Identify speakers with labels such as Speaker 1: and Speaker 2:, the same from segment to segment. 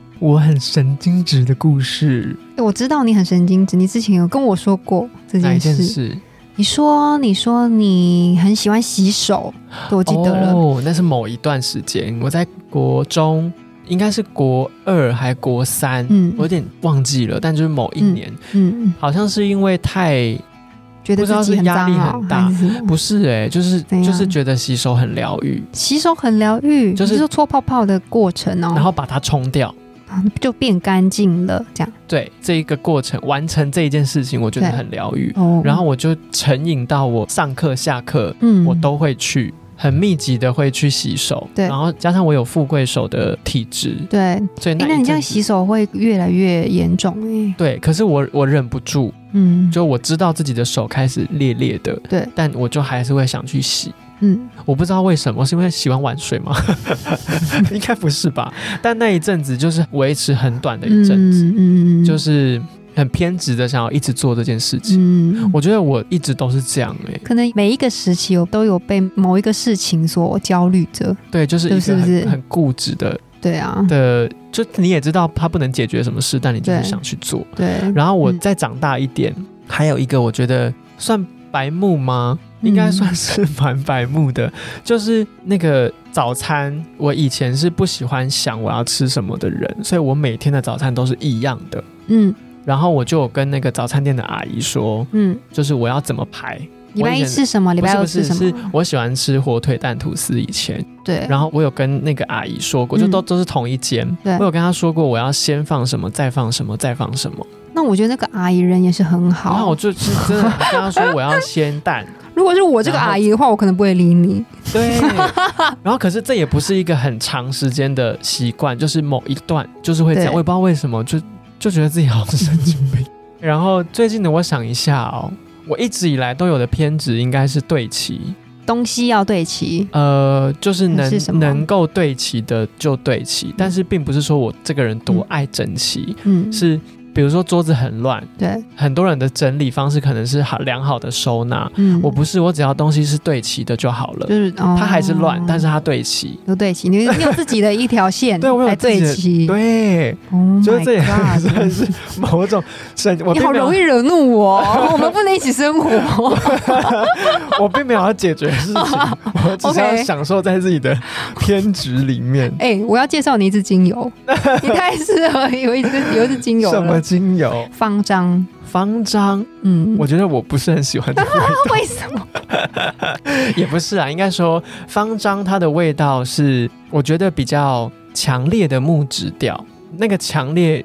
Speaker 1: 我很神经质的故事。
Speaker 2: 哎我知道你很神经质，你之前有跟我说过这
Speaker 1: 哪一
Speaker 2: 件
Speaker 1: 件
Speaker 2: 事。
Speaker 1: 事？
Speaker 2: 你说，你说你很喜欢洗手，对我记得了。
Speaker 1: 哦，那是某一段时间，我在国中，应该是国二还国三，
Speaker 2: 嗯
Speaker 1: 我有点忘记了，但就是某一年，
Speaker 2: 嗯，
Speaker 1: 好像是因为太
Speaker 2: 觉得
Speaker 1: 不知道
Speaker 2: 自己
Speaker 1: 是
Speaker 2: 很
Speaker 1: 压
Speaker 2: 脏
Speaker 1: 力
Speaker 2: 哦
Speaker 1: 很大
Speaker 2: 还是什么
Speaker 1: 不是哎、就是
Speaker 2: 怎样
Speaker 1: 就是觉得洗手很疗愈，
Speaker 2: 洗手很疗愈，
Speaker 1: 就
Speaker 2: 就是是说搓泡泡的过程哦，
Speaker 1: 然后把它冲掉。
Speaker 2: 啊就变干净了，这样
Speaker 1: 对这一个过程，完成这一件事情，我觉得
Speaker 2: 对
Speaker 1: 很疗愈。
Speaker 2: 哦。
Speaker 1: 然后我就成瘾到我上课下课
Speaker 2: 嗯
Speaker 1: 我都会去，很密集的会去洗手。
Speaker 2: 对
Speaker 1: 然后加上我有富贵手的体质，
Speaker 2: 对，哎、
Speaker 1: 所以那一
Speaker 2: 那你这样
Speaker 1: 阵子
Speaker 2: 洗手会越来越严重哎、
Speaker 1: 对，可是我我忍不住，
Speaker 2: 嗯，
Speaker 1: 就我知道自己的手开始裂裂的，
Speaker 2: 对，
Speaker 1: 但我就还是会想去洗。
Speaker 2: 嗯，
Speaker 1: 我不知道为什么，是因为喜欢玩水吗？ 应该不是吧？但那一阵子就是维持很短的一阵子，
Speaker 2: 嗯嗯嗯，
Speaker 1: 就是很偏执的想要一直做这件事情。
Speaker 2: 嗯，
Speaker 1: 我觉得我一直都是这样哎、
Speaker 2: 可能每一个时期有都有被某一个事情所焦虑着，
Speaker 1: 对，就是一
Speaker 2: 是
Speaker 1: 个
Speaker 2: 不
Speaker 1: 很
Speaker 2: 是
Speaker 1: 很固执的
Speaker 2: 对啊，
Speaker 1: 的，就你也知道他不能解决什么事，但你就是
Speaker 2: 对
Speaker 1: 想去做。
Speaker 2: 对，
Speaker 1: 然后我
Speaker 2: 嗯
Speaker 1: 再长大一点，还有一个我觉得算白目吗？应该
Speaker 2: 嗯
Speaker 1: 算是蛮白目的， 就是那个早餐，我以前是不喜欢想我要吃什么的人，所以我每天的早餐都是一样的。
Speaker 2: 嗯
Speaker 1: 然后我就有跟那个早餐店的阿姨说，
Speaker 2: 嗯，
Speaker 1: 就是我要怎么排。
Speaker 2: 礼拜
Speaker 1: 我以
Speaker 2: 一
Speaker 1: 前
Speaker 2: 吃什么？礼
Speaker 1: 不
Speaker 2: 拜
Speaker 1: 是
Speaker 2: 二
Speaker 1: 不
Speaker 2: 吃
Speaker 1: 是，
Speaker 2: 什
Speaker 1: 是
Speaker 2: 么？
Speaker 1: 我喜欢吃火腿蛋吐司。以前，
Speaker 2: 对，嗯
Speaker 1: 然后我有跟那个阿姨说过，就都、都是同一间，
Speaker 2: 对
Speaker 1: 我有跟她说过我要先放什么，再放什么，再放什么。
Speaker 2: 那我觉得那个阿姨人也是很
Speaker 1: 然后
Speaker 2: 好
Speaker 1: 我。就是真的跟她说我要鲜 蛋，
Speaker 2: 如果是我这个
Speaker 1: 然后
Speaker 2: 阿姨的话，我可能不会理你。
Speaker 1: 对。然后可是这也不是一个很长时间的习惯，就是某一段就是会这样，
Speaker 2: 对
Speaker 1: 我也不知道为什么，就就觉得自己好像神经 病。然后最近的我想一下哦，我一直以来都有的偏执应该是对齐，
Speaker 2: 东西要对齐，
Speaker 1: 呃，就是能
Speaker 2: 是什么
Speaker 1: 能够对齐的就对齐，但是并不是说我这个人多爱整齐，
Speaker 2: 嗯，
Speaker 1: 是比如说桌子很乱，
Speaker 2: 对，
Speaker 1: 很多人的整理方式可能是好良好的收纳，
Speaker 2: 嗯，
Speaker 1: 我不是，我只要东西是对齐的就好了。
Speaker 2: 就是哦它
Speaker 1: 它还是乱，但是它对齐。
Speaker 2: 不对齐，你你有自己的一条线，
Speaker 1: 对我有
Speaker 2: 来
Speaker 1: 自己
Speaker 2: 对
Speaker 1: 的
Speaker 2: 齐，
Speaker 1: 对，
Speaker 2: Oh
Speaker 1: 所以
Speaker 2: my
Speaker 1: 这也
Speaker 2: God 嗯
Speaker 1: 算是某种神。我
Speaker 2: 你
Speaker 1: 并
Speaker 2: 好
Speaker 1: 哦没有
Speaker 2: 容易，惹怒 我，我们不能一起生活。
Speaker 1: 我并没有要解决 事情，我只是
Speaker 2: OK
Speaker 1: 要享受在自己的偏执里面。
Speaker 2: 哎、我要介绍你一支精 油，你太适合有一支有一支精油
Speaker 1: 什么
Speaker 2: 了，
Speaker 1: 精油？
Speaker 2: 方樟。
Speaker 1: 方樟，
Speaker 2: 嗯，
Speaker 1: 我觉得我不是很喜欢这个味道，
Speaker 2: 为什么？
Speaker 1: 也不是啊，应该说方樟它的味道是我觉得比较强烈的木质调，那个强烈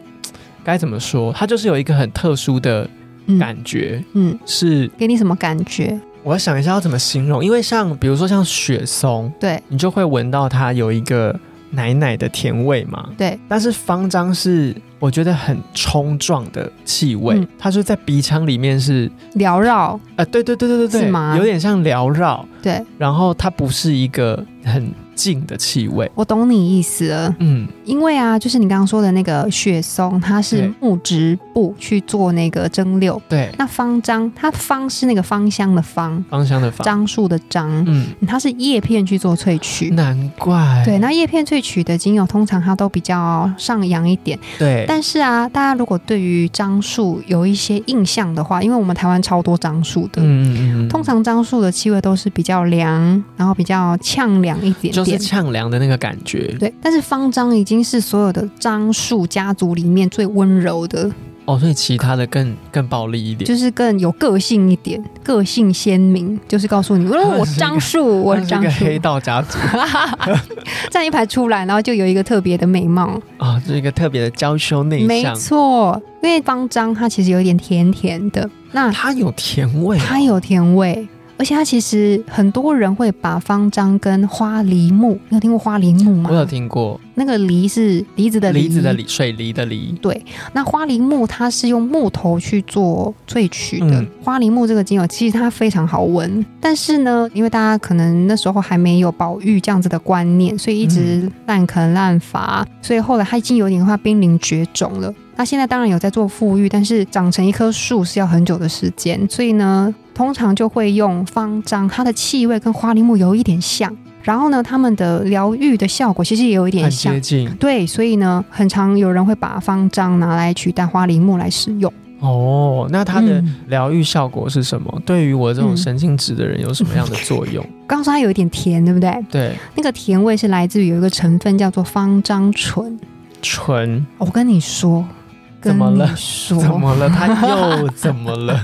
Speaker 1: 该怎么说？它就是有一个很特殊的
Speaker 2: 嗯
Speaker 1: 感觉，
Speaker 2: 嗯，
Speaker 1: 是
Speaker 2: 给你什么感觉？
Speaker 1: 我要想一下要怎么形容，因为像比如说像雪松，
Speaker 2: 对
Speaker 1: 你就会闻到它有一个奶奶的甜味嘛。
Speaker 2: 对，
Speaker 1: 但是方樟是我觉得很冲撞的气味，
Speaker 2: 嗯
Speaker 1: 它就在鼻腔里面是，
Speaker 2: 缭绕，
Speaker 1: 呃，对对对对对
Speaker 2: 是
Speaker 1: 对
Speaker 2: 吗，
Speaker 1: 有点像缭绕，
Speaker 2: 对
Speaker 1: 然后它不是一个很近的气味，
Speaker 2: 我懂你意思了。
Speaker 1: 嗯，
Speaker 2: 因为啊，就是你刚刚说的那个雪松，它是
Speaker 1: 对
Speaker 2: 木质部去做那个蒸馏。
Speaker 1: 对，
Speaker 2: 那方樟，它芳是那个芳香的芳，
Speaker 1: 芳香的芳，
Speaker 2: 樟树的樟，
Speaker 1: 嗯，
Speaker 2: 它是叶片去做萃取。
Speaker 1: 难怪，
Speaker 2: 对，那叶片萃取的精油通常它都比较上扬一点，
Speaker 1: 对，
Speaker 2: 但是啊，大家如果对于樟树有一些印象的话，因为我们台湾超多樟树的，
Speaker 1: 嗯嗯嗯，
Speaker 2: 通常樟树的气味都是比较凉，然后比较呛凉一点
Speaker 1: 就是
Speaker 2: 点。
Speaker 1: 呛凉的那个感觉，
Speaker 2: 对，但是方樟已经是所有的樟树家族里面最温柔的，
Speaker 1: 哦，所以其他的更更暴力一点，
Speaker 2: 就是更有个性一点，个性鲜明，就是告 诉你，哦，我樟树，我
Speaker 1: 它
Speaker 2: 是
Speaker 1: 是一
Speaker 2: 樟
Speaker 1: 个
Speaker 2: 树，
Speaker 1: 黑道家族。
Speaker 2: 站一排出来，然后就有一个特别的美貌。
Speaker 1: 啊，这是一个特别的娇羞内
Speaker 2: 没
Speaker 1: 向，
Speaker 2: 错，因为方樟它其实有一点甜甜的，那
Speaker 1: 它有甜味哦、
Speaker 2: 它有甜味，而且它其实很多人会把方樟跟花梨木，你有听过花梨木吗？
Speaker 1: 我有听过
Speaker 2: 那个梨是梨子的梨，
Speaker 1: 梨子的。梨，水梨的梨，
Speaker 2: 对，那花梨木它是用木头去做萃取的。
Speaker 1: 嗯
Speaker 2: 花梨木这个精油其实它非常好闻，但是呢，因为大家可能那时候还没有保育这样子的观念，所以一直滥垦滥伐，所以后来它已经有点快濒临绝种了。那现在当然有在做复育，但是长成一棵树是要很久的时间，所以呢，通常就会用方樟，它的气味跟花梨木有一点像，然后呢，它们的疗愈的效果其实也有一点
Speaker 1: 很
Speaker 2: 像
Speaker 1: 接，近
Speaker 2: 对，所以呢，很常有人会把方樟拿来取代花梨木来使用。
Speaker 1: 哦。那它的
Speaker 2: 嗯
Speaker 1: 疗愈效果是什么？对于我这种
Speaker 2: 嗯
Speaker 1: 神经质的人有什么样的作 用？
Speaker 2: 刚刚说它有一点甜，对不对？
Speaker 1: 对，
Speaker 2: 那个甜味是来自于有一个成分叫做方樟醇。
Speaker 1: 纯
Speaker 2: 我跟你说，跟
Speaker 1: 怎么
Speaker 2: 你
Speaker 1: 了
Speaker 2: 说，
Speaker 1: 怎么了？它又怎 么了？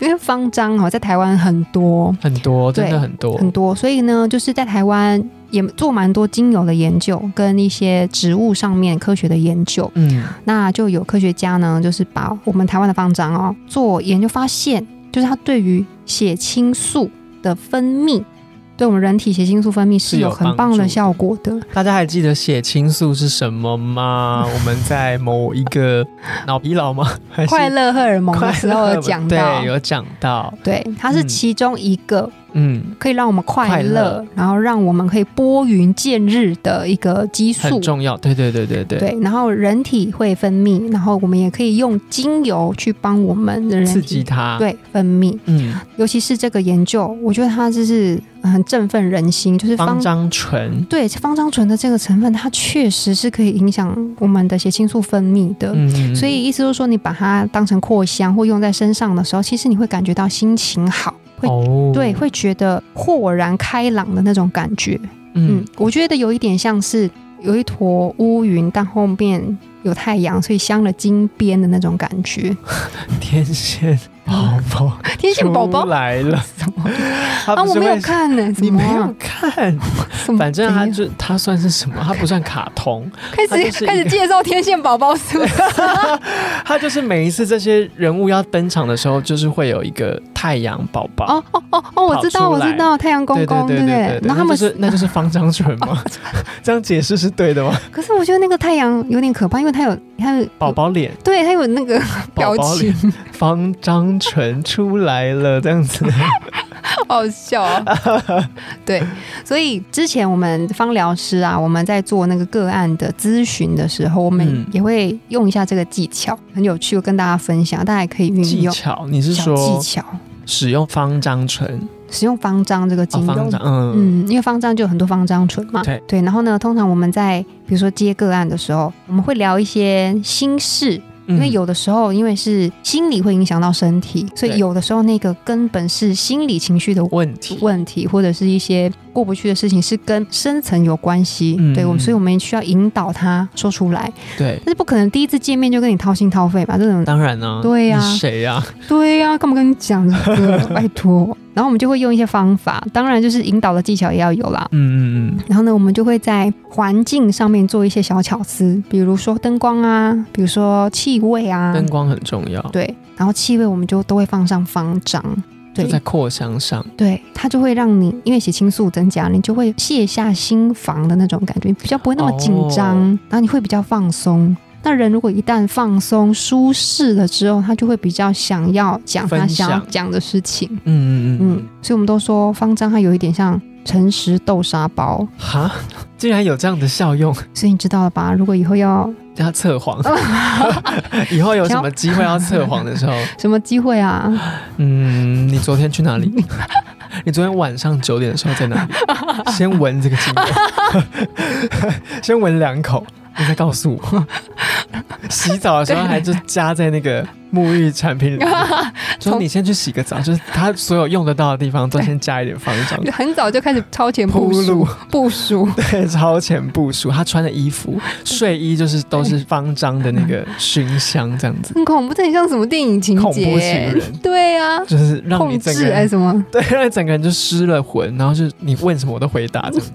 Speaker 2: 因为方樟哈在台湾很多
Speaker 1: 很多，
Speaker 2: 对
Speaker 1: 真的很多，
Speaker 2: 很多，所以呢，就是在台湾也做蛮多精油的研究跟一些植物上面科学的研究。
Speaker 1: 嗯，
Speaker 2: 那就有科学家呢，就是把我们台湾的方丈哦做研究，发现就是它对于血清素的分泌，对我们人体血清素分泌是有很棒的哎效果的。
Speaker 1: 大家还记得血清素是什 么吗？我们在某一个脑疲劳吗？还是
Speaker 2: 快乐荷尔蒙的时候有讲到
Speaker 1: 对，，有讲到，
Speaker 2: 对，它是其中一个
Speaker 1: 嗯，
Speaker 2: 可以让我们快
Speaker 1: 快
Speaker 2: 乐，
Speaker 1: 乐
Speaker 2: 然后让我们可以拨云见日的一个激素
Speaker 1: 很。重要，对对对对对，
Speaker 2: 对，然后人体会分泌，然后我们也可以用精油去帮我们的人体
Speaker 1: 刺激它，，
Speaker 2: 对分泌。
Speaker 1: 嗯，
Speaker 2: 尤其是这个研究，我觉得它就是很振奋人心，就是
Speaker 1: 方
Speaker 2: 方。
Speaker 1: 樟醇，
Speaker 2: 对方樟醇的这个成分，它确实是可以影响我们的血清素分泌的，
Speaker 1: 嗯，
Speaker 2: 呃所以意思就是说，你把它当成扩香或用在身上的时候，其实你会感觉到心情好，会、
Speaker 1: 哦，
Speaker 2: 对，会觉得豁然开朗的那种感觉。嗯
Speaker 1: 嗯，，
Speaker 2: 我觉得有一点像是有一坨乌云，但后面有太阳，所以镶了金边的那种感 觉。
Speaker 1: 天线宝宝，
Speaker 2: 哦 天线宝宝
Speaker 1: 出来了，
Speaker 2: 什么
Speaker 1: 啊
Speaker 2: 啊？我没有，看呢、怎
Speaker 1: 你
Speaker 2: 么
Speaker 1: 没
Speaker 2: 啊、
Speaker 1: 有 看，
Speaker 2: 什么
Speaker 1: 反正它
Speaker 2: 怎样
Speaker 1: 就它算是什么？它不算卡通，
Speaker 2: 开
Speaker 1: 它就是
Speaker 2: 始
Speaker 1: 一个
Speaker 2: 开始介绍天线宝宝是不是？
Speaker 1: 它就是每一次这些人物要登场的时候，就是会有一个太阳宝宝。
Speaker 2: 哦哦 哦哦，我知道
Speaker 1: 跑
Speaker 2: 我
Speaker 1: 出来
Speaker 2: 知道，太阳公公
Speaker 1: 对
Speaker 2: 不
Speaker 1: 对对，
Speaker 2: 然后他
Speaker 1: 那
Speaker 2: 们哦
Speaker 1: 就是那就是方张纯 吗？这样解释是对的吗？
Speaker 2: 可是我觉得那个太阳有点可怕，因为它有它有
Speaker 1: 宝，宝脸，
Speaker 2: 对，它有那个表
Speaker 1: 宝宝
Speaker 2: 情
Speaker 1: 脸，，方张纯出来了，这样子。
Speaker 2: 好笑哦。 对，所以之前我们方疗师啊，我们在做那个个案的咨询的时候，我们
Speaker 1: 嗯
Speaker 2: 也会用一下这个技巧，很有趣，我跟大家分享，大家也可以运
Speaker 1: 技
Speaker 2: 用
Speaker 1: 嗯巧，你是
Speaker 2: 小技
Speaker 1: 说
Speaker 2: 巧，
Speaker 1: 使用方张纯？
Speaker 2: 使用方丈这个精
Speaker 1: 哦，
Speaker 2: 油
Speaker 1: 方。张，嗯，
Speaker 2: 嗯，因为方丈就有很多方丈醇嘛，
Speaker 1: 对
Speaker 2: 然后呢，通常我们在比如说接个案的时候，我们会聊一些心事，因为
Speaker 1: 嗯
Speaker 2: 有的时候因为是心理会影响到身体，所以
Speaker 1: 对
Speaker 2: 有的时候那个根本是心理情绪的
Speaker 1: 问题，
Speaker 2: 问题，或者是一些过不去的事情，是跟深层有关系。
Speaker 1: 嗯
Speaker 2: 对，我们所以我们需要引导他说出来，
Speaker 1: 对，
Speaker 2: 但是不可能第一次见面就跟你掏心掏肺吧？这种
Speaker 1: 当然呢，
Speaker 2: 对呀
Speaker 1: 你谁啊 呀？
Speaker 2: 对呀、干嘛跟你讲这 个？拜托。然后我们就会用一些方法，当然就是引导的技巧也要有啦。
Speaker 1: 嗯嗯嗯，
Speaker 2: 然后呢，我们就会在环境上面做一些小巧思，比如说灯光啊，比如说气味啊，
Speaker 1: 灯光很重要，
Speaker 2: 对。然后气味我们就都会放上方樟，对
Speaker 1: 就在扩香上，
Speaker 2: 对，它就会让你因为血清素增加，你就会卸下心防的那种感觉，你比较不会那么紧张，
Speaker 1: 哦
Speaker 2: 然后你会比较放松。那人如果一旦放松、舒适了之后，他就会比较想要讲他
Speaker 1: 分
Speaker 2: 想要
Speaker 1: 享
Speaker 2: 讲的事情。
Speaker 1: 嗯嗯嗯
Speaker 2: 嗯
Speaker 1: 嗯，，
Speaker 2: 所以我们都说方丈它有一点像诚实豆沙包，
Speaker 1: 哈， 竟然有这样的效用，
Speaker 2: 所以你知道了吧？如果以后要
Speaker 1: 要 测谎， 以后有什么机会要测谎的时候，
Speaker 2: 什么机会 啊？
Speaker 1: 嗯，你昨天去哪里？你昨天晚上九点的时候在哪里？先闻这个精油， 先闻两口，你再告诉我。洗澡的时候还就加在那个沐浴产品里面， 说你先去洗个澡，就是它所有用得到的地方都先加一点方 丈。
Speaker 2: 很早就开始超前
Speaker 1: 铺
Speaker 2: 部署
Speaker 1: 路，
Speaker 2: 部 署。
Speaker 1: 对，超前部署。他穿的衣服、睡衣就是都是方丈的那个熏香，这样 子，
Speaker 2: 很恐怖，这很像什么电影情
Speaker 1: 恐怖
Speaker 2: 节、
Speaker 1: 情人
Speaker 2: 对啊，
Speaker 1: 就是让你
Speaker 2: 控
Speaker 1: 整个
Speaker 2: 制哎
Speaker 1: 人
Speaker 2: 什么？
Speaker 1: 对，让你整个人就失了魂，然后就是你问什么我都回答，这 样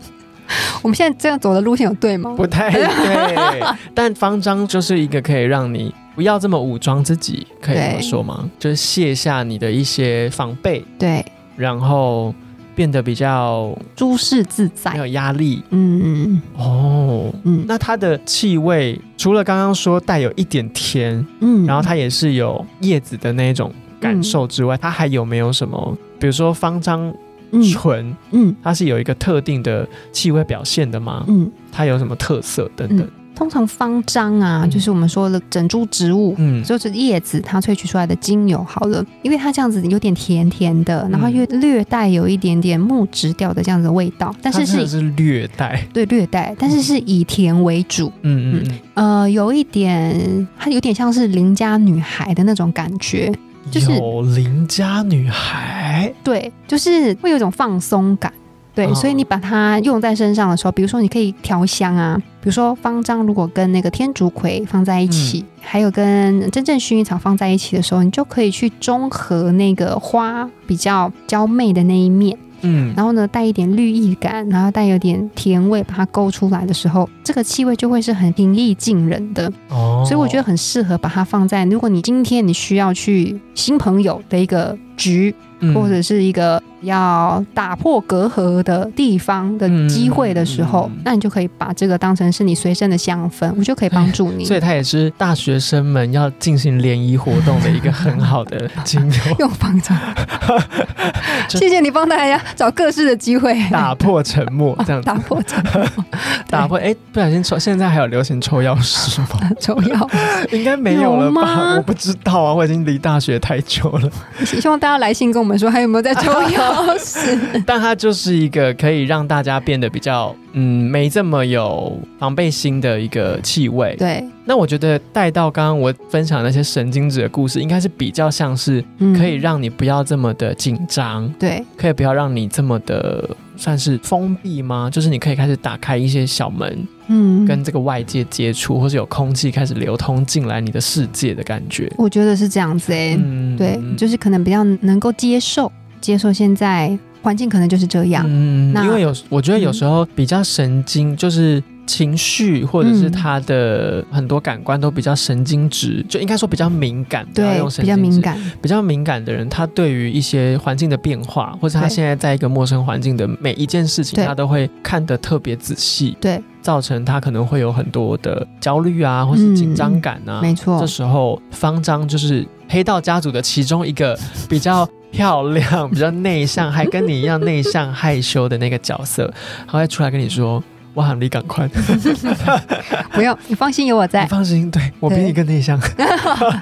Speaker 2: 我们现在这样走的路线有对吗？
Speaker 1: 不 太对。但方丈就是一个可以让你不要这么武装自己，可以这么
Speaker 2: 对
Speaker 1: 说吗？就是卸下你的一些防备，
Speaker 2: 对，
Speaker 1: 然后变得比较
Speaker 2: 诸事自
Speaker 1: 没
Speaker 2: 在。
Speaker 1: 有压力
Speaker 2: 嗯
Speaker 1: 哦。
Speaker 2: 嗯
Speaker 1: 那它的气味除了刚刚说带有一点甜，
Speaker 2: 嗯，
Speaker 1: 然后它也是有叶子的那种感受之外，它还有没有什么？比如说方樟
Speaker 2: 嗯
Speaker 1: 醇，
Speaker 2: 嗯
Speaker 1: 它是有一个特定的气味表现的吗？
Speaker 2: 嗯，
Speaker 1: 它有什么特色等等？
Speaker 2: 通常方樟啊，
Speaker 1: 嗯
Speaker 2: 就是我们说的整株植物，
Speaker 1: 嗯，
Speaker 2: 就是叶子它萃取出来的精油好了，因为它这样子有点甜甜
Speaker 1: 嗯
Speaker 2: 的，然后又略带有一点点木质调的这样子的味道，但
Speaker 1: 它
Speaker 2: 是
Speaker 1: 真的
Speaker 2: 是
Speaker 1: 是嗯略带，
Speaker 2: 对略带，但是是以甜为主，
Speaker 1: 嗯嗯
Speaker 2: 呃，有一点它有点像是邻家女孩的那种感觉，
Speaker 1: 嗯，
Speaker 2: 就是
Speaker 1: 有邻家女孩，
Speaker 2: 对，就是会有一种放松感。对，
Speaker 1: 哦
Speaker 2: 所以你把它用在身上的时候，比如说你可以调香啊，比如说方樟如果跟那个天竺葵放在一起，还有跟真正薰衣草放在一起的时候，你就可以去中和那个花比较娇媚的那一面，
Speaker 1: 嗯，
Speaker 2: 然后呢带一点绿意感，然后带有点甜味，把它勾出来的时候，这个气味就会是很平易近人的。
Speaker 1: 哦
Speaker 2: 所以我觉得很适合把它放在，如果你今天你需要去新朋友的一个局，
Speaker 1: 嗯
Speaker 2: 或者是一个要打破隔阂的地方的机会的时候，
Speaker 1: 嗯嗯嗯嗯
Speaker 2: 那你就可以把这个当成是你随身的香氛，我就可以帮助你
Speaker 1: 哎所。以它也是大学生们要进行联谊活动的一个很好 的精油，，
Speaker 2: 用方丈
Speaker 1: 这
Speaker 2: 谢谢你帮大家找各式的机会
Speaker 1: 打破沉 默这样子
Speaker 2: 打破这个
Speaker 1: 打破。哎、不小心抽，现在还有流行抽钥匙 吗？
Speaker 2: 重要。
Speaker 1: 应该没有了
Speaker 2: 有
Speaker 1: 吧？
Speaker 2: 吗
Speaker 1: 我不知道啊，我已经离大学太久 了。
Speaker 2: 希望大家来信跟我们说，还有没有在抽钥 匙？
Speaker 1: 但它就是一个可以让大家变得比较嗯没这么有防备心的一个气味。
Speaker 2: 对，
Speaker 1: 那我觉得带到刚刚我分享的那些神经质的故事，应该是比较像是
Speaker 2: 嗯
Speaker 1: 可以让你不要这么的紧张。
Speaker 2: 对，
Speaker 1: 可以不要让你这么的算是封闭吗？就是你可以开始打开一些小门，
Speaker 2: 嗯，
Speaker 1: 跟这个外界接触，或是有空气开始流通进来你的世界的感觉。
Speaker 2: 我觉得是这样子哎、
Speaker 1: 嗯
Speaker 2: 对，
Speaker 1: 嗯
Speaker 2: 就是可能比较能够接受，接受现在环境可能就是这样。
Speaker 1: 嗯，
Speaker 2: 那
Speaker 1: 因为有我觉得有时候比较神经，就是情绪或者
Speaker 2: 嗯
Speaker 1: 是他的很多感官都比较神经质，就应该说比较敏感，不要
Speaker 2: 对
Speaker 1: 用，神
Speaker 2: 比较
Speaker 1: 经质
Speaker 2: 敏，感，
Speaker 1: 比较敏感的人，他对于一些环境的变化，或者他
Speaker 2: 对
Speaker 1: 现在在一个陌生环境的每一件事情，
Speaker 2: 对
Speaker 1: 他都会看得特别仔细。
Speaker 2: 对，
Speaker 1: 造成他可能会有很多的焦虑啊，或是紧张感啊。
Speaker 2: 嗯没错
Speaker 1: 这，时候方章就是黑道家族的其中一个比较漂亮、比较内向，还跟你一样内向害羞的那个角色，他会出来跟你说。我喊你赶快，你
Speaker 2: 不用，你放心，有我在，
Speaker 1: 放心，对我比
Speaker 2: 对
Speaker 1: 你更内向。
Speaker 2: 有我
Speaker 1: 对，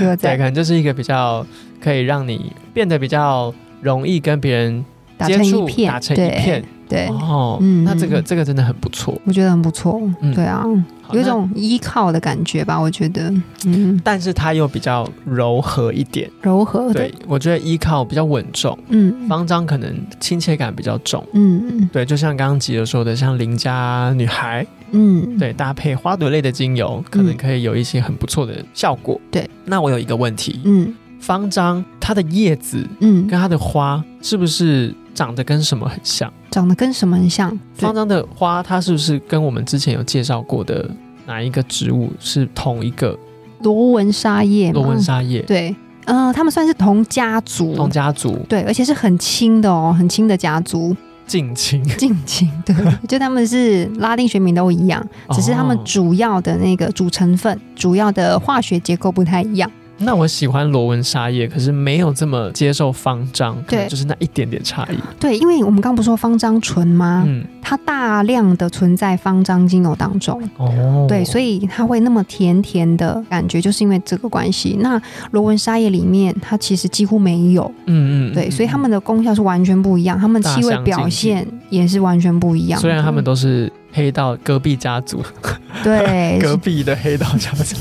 Speaker 1: 可
Speaker 2: 在，
Speaker 1: 能就是一个比较可以让你变得比较容易跟别人
Speaker 2: 打
Speaker 1: 接
Speaker 2: 成一
Speaker 1: 触
Speaker 2: 片，
Speaker 1: 打成一
Speaker 2: 对
Speaker 1: 片。
Speaker 2: 对，
Speaker 1: 哦，
Speaker 2: 嗯
Speaker 1: 那这个
Speaker 2: 嗯
Speaker 1: 这个真的很不错。
Speaker 2: 我觉得很不错
Speaker 1: 嗯，
Speaker 2: 对啊，
Speaker 1: 好
Speaker 2: 有一
Speaker 1: 那
Speaker 2: 种依靠的感觉吧，我觉得，嗯，
Speaker 1: 但是它又比较柔和一点。
Speaker 2: 柔和的
Speaker 1: 对，，我觉得依靠比较稳重，
Speaker 2: 哦嗯
Speaker 1: 方章可能亲切感比较重。
Speaker 2: 嗯
Speaker 1: 对，就像刚刚吉儿说的，像邻家女孩，
Speaker 2: 嗯，
Speaker 1: 对，搭配花朵类的精油，可能
Speaker 2: 嗯
Speaker 1: 可以有一些很不错的效果。
Speaker 2: 对，
Speaker 1: 那我有一个问题，
Speaker 2: 嗯
Speaker 1: 方章它的叶子
Speaker 2: 嗯，
Speaker 1: 跟它的花是不是长得跟什么很像？
Speaker 2: 长得跟什么很像？对
Speaker 1: 方章的花它是不是跟我们之前有介绍过的哪一个植物是同一个
Speaker 2: 罗纹沙叶吗，
Speaker 1: 洛汶莎叶？
Speaker 2: 对，呃，他们算是同家族，
Speaker 1: 同家族
Speaker 2: 对，而且是很亲的哦，很亲的家族，
Speaker 1: 近亲，
Speaker 2: 近亲， 对，就他们是拉丁学名都一样，只是他们
Speaker 1: 哦
Speaker 2: 主要的那个主成分、主要的化学结构不太一样。
Speaker 1: 那我喜欢罗文沙叶，可是没有这么接受方丈，可能
Speaker 2: 对
Speaker 1: 就是那一点点差异。
Speaker 2: 对，因为我们刚不是说方樟醇吗？
Speaker 1: 嗯，
Speaker 2: 它大量的存在方樟精油当中，
Speaker 1: 哦
Speaker 2: 对，所
Speaker 1: 以
Speaker 2: 以它会那么甜甜的感觉，就是因为这个关系。那罗纹沙叶里面它其实几乎没有，
Speaker 1: 嗯
Speaker 2: 对，所以它们的功效是完全不一样，它们
Speaker 1: 大
Speaker 2: 气味
Speaker 1: 相径
Speaker 2: 表
Speaker 1: 庭
Speaker 2: 现也是完全不一样的。
Speaker 1: 虽然他们都是黑道隔壁家族，
Speaker 2: 对
Speaker 1: 隔壁的黑道家族，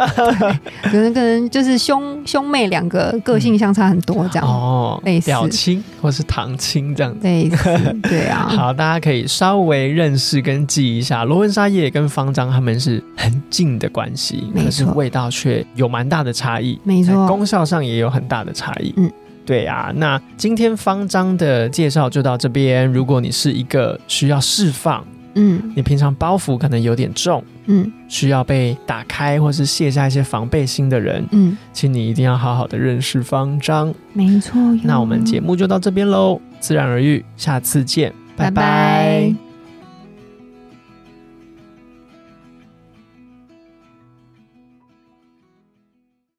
Speaker 2: 可能可能就是兄兄妹两个个性相差很多这样。
Speaker 1: 哦
Speaker 2: 类，似
Speaker 1: 表亲或是堂亲这样子。
Speaker 2: 类似，对啊，
Speaker 1: 好，大家可以稍微认识跟记一下，罗文沙叶跟方丈他们是很近的关系，
Speaker 2: 没
Speaker 1: 可是
Speaker 2: 错
Speaker 1: 味道却有蛮大的差异。
Speaker 2: 没
Speaker 1: 在
Speaker 2: 错，
Speaker 1: 功效上也有很大的差异。嗯
Speaker 2: 嗯。
Speaker 1: 对啊，那今天方章的介绍就到这边。如果你是一个需要释放
Speaker 2: 嗯
Speaker 1: 你平常包袱可能有点重，
Speaker 2: 嗯
Speaker 1: 需要被打开或是卸下一些防备心的人，
Speaker 2: 嗯，
Speaker 1: 请你一定要好好的认识方丈。
Speaker 2: 没错哟。
Speaker 1: 那我们节目就到这边喽，自然而愈，下次见，拜
Speaker 2: 拜拜
Speaker 1: 拜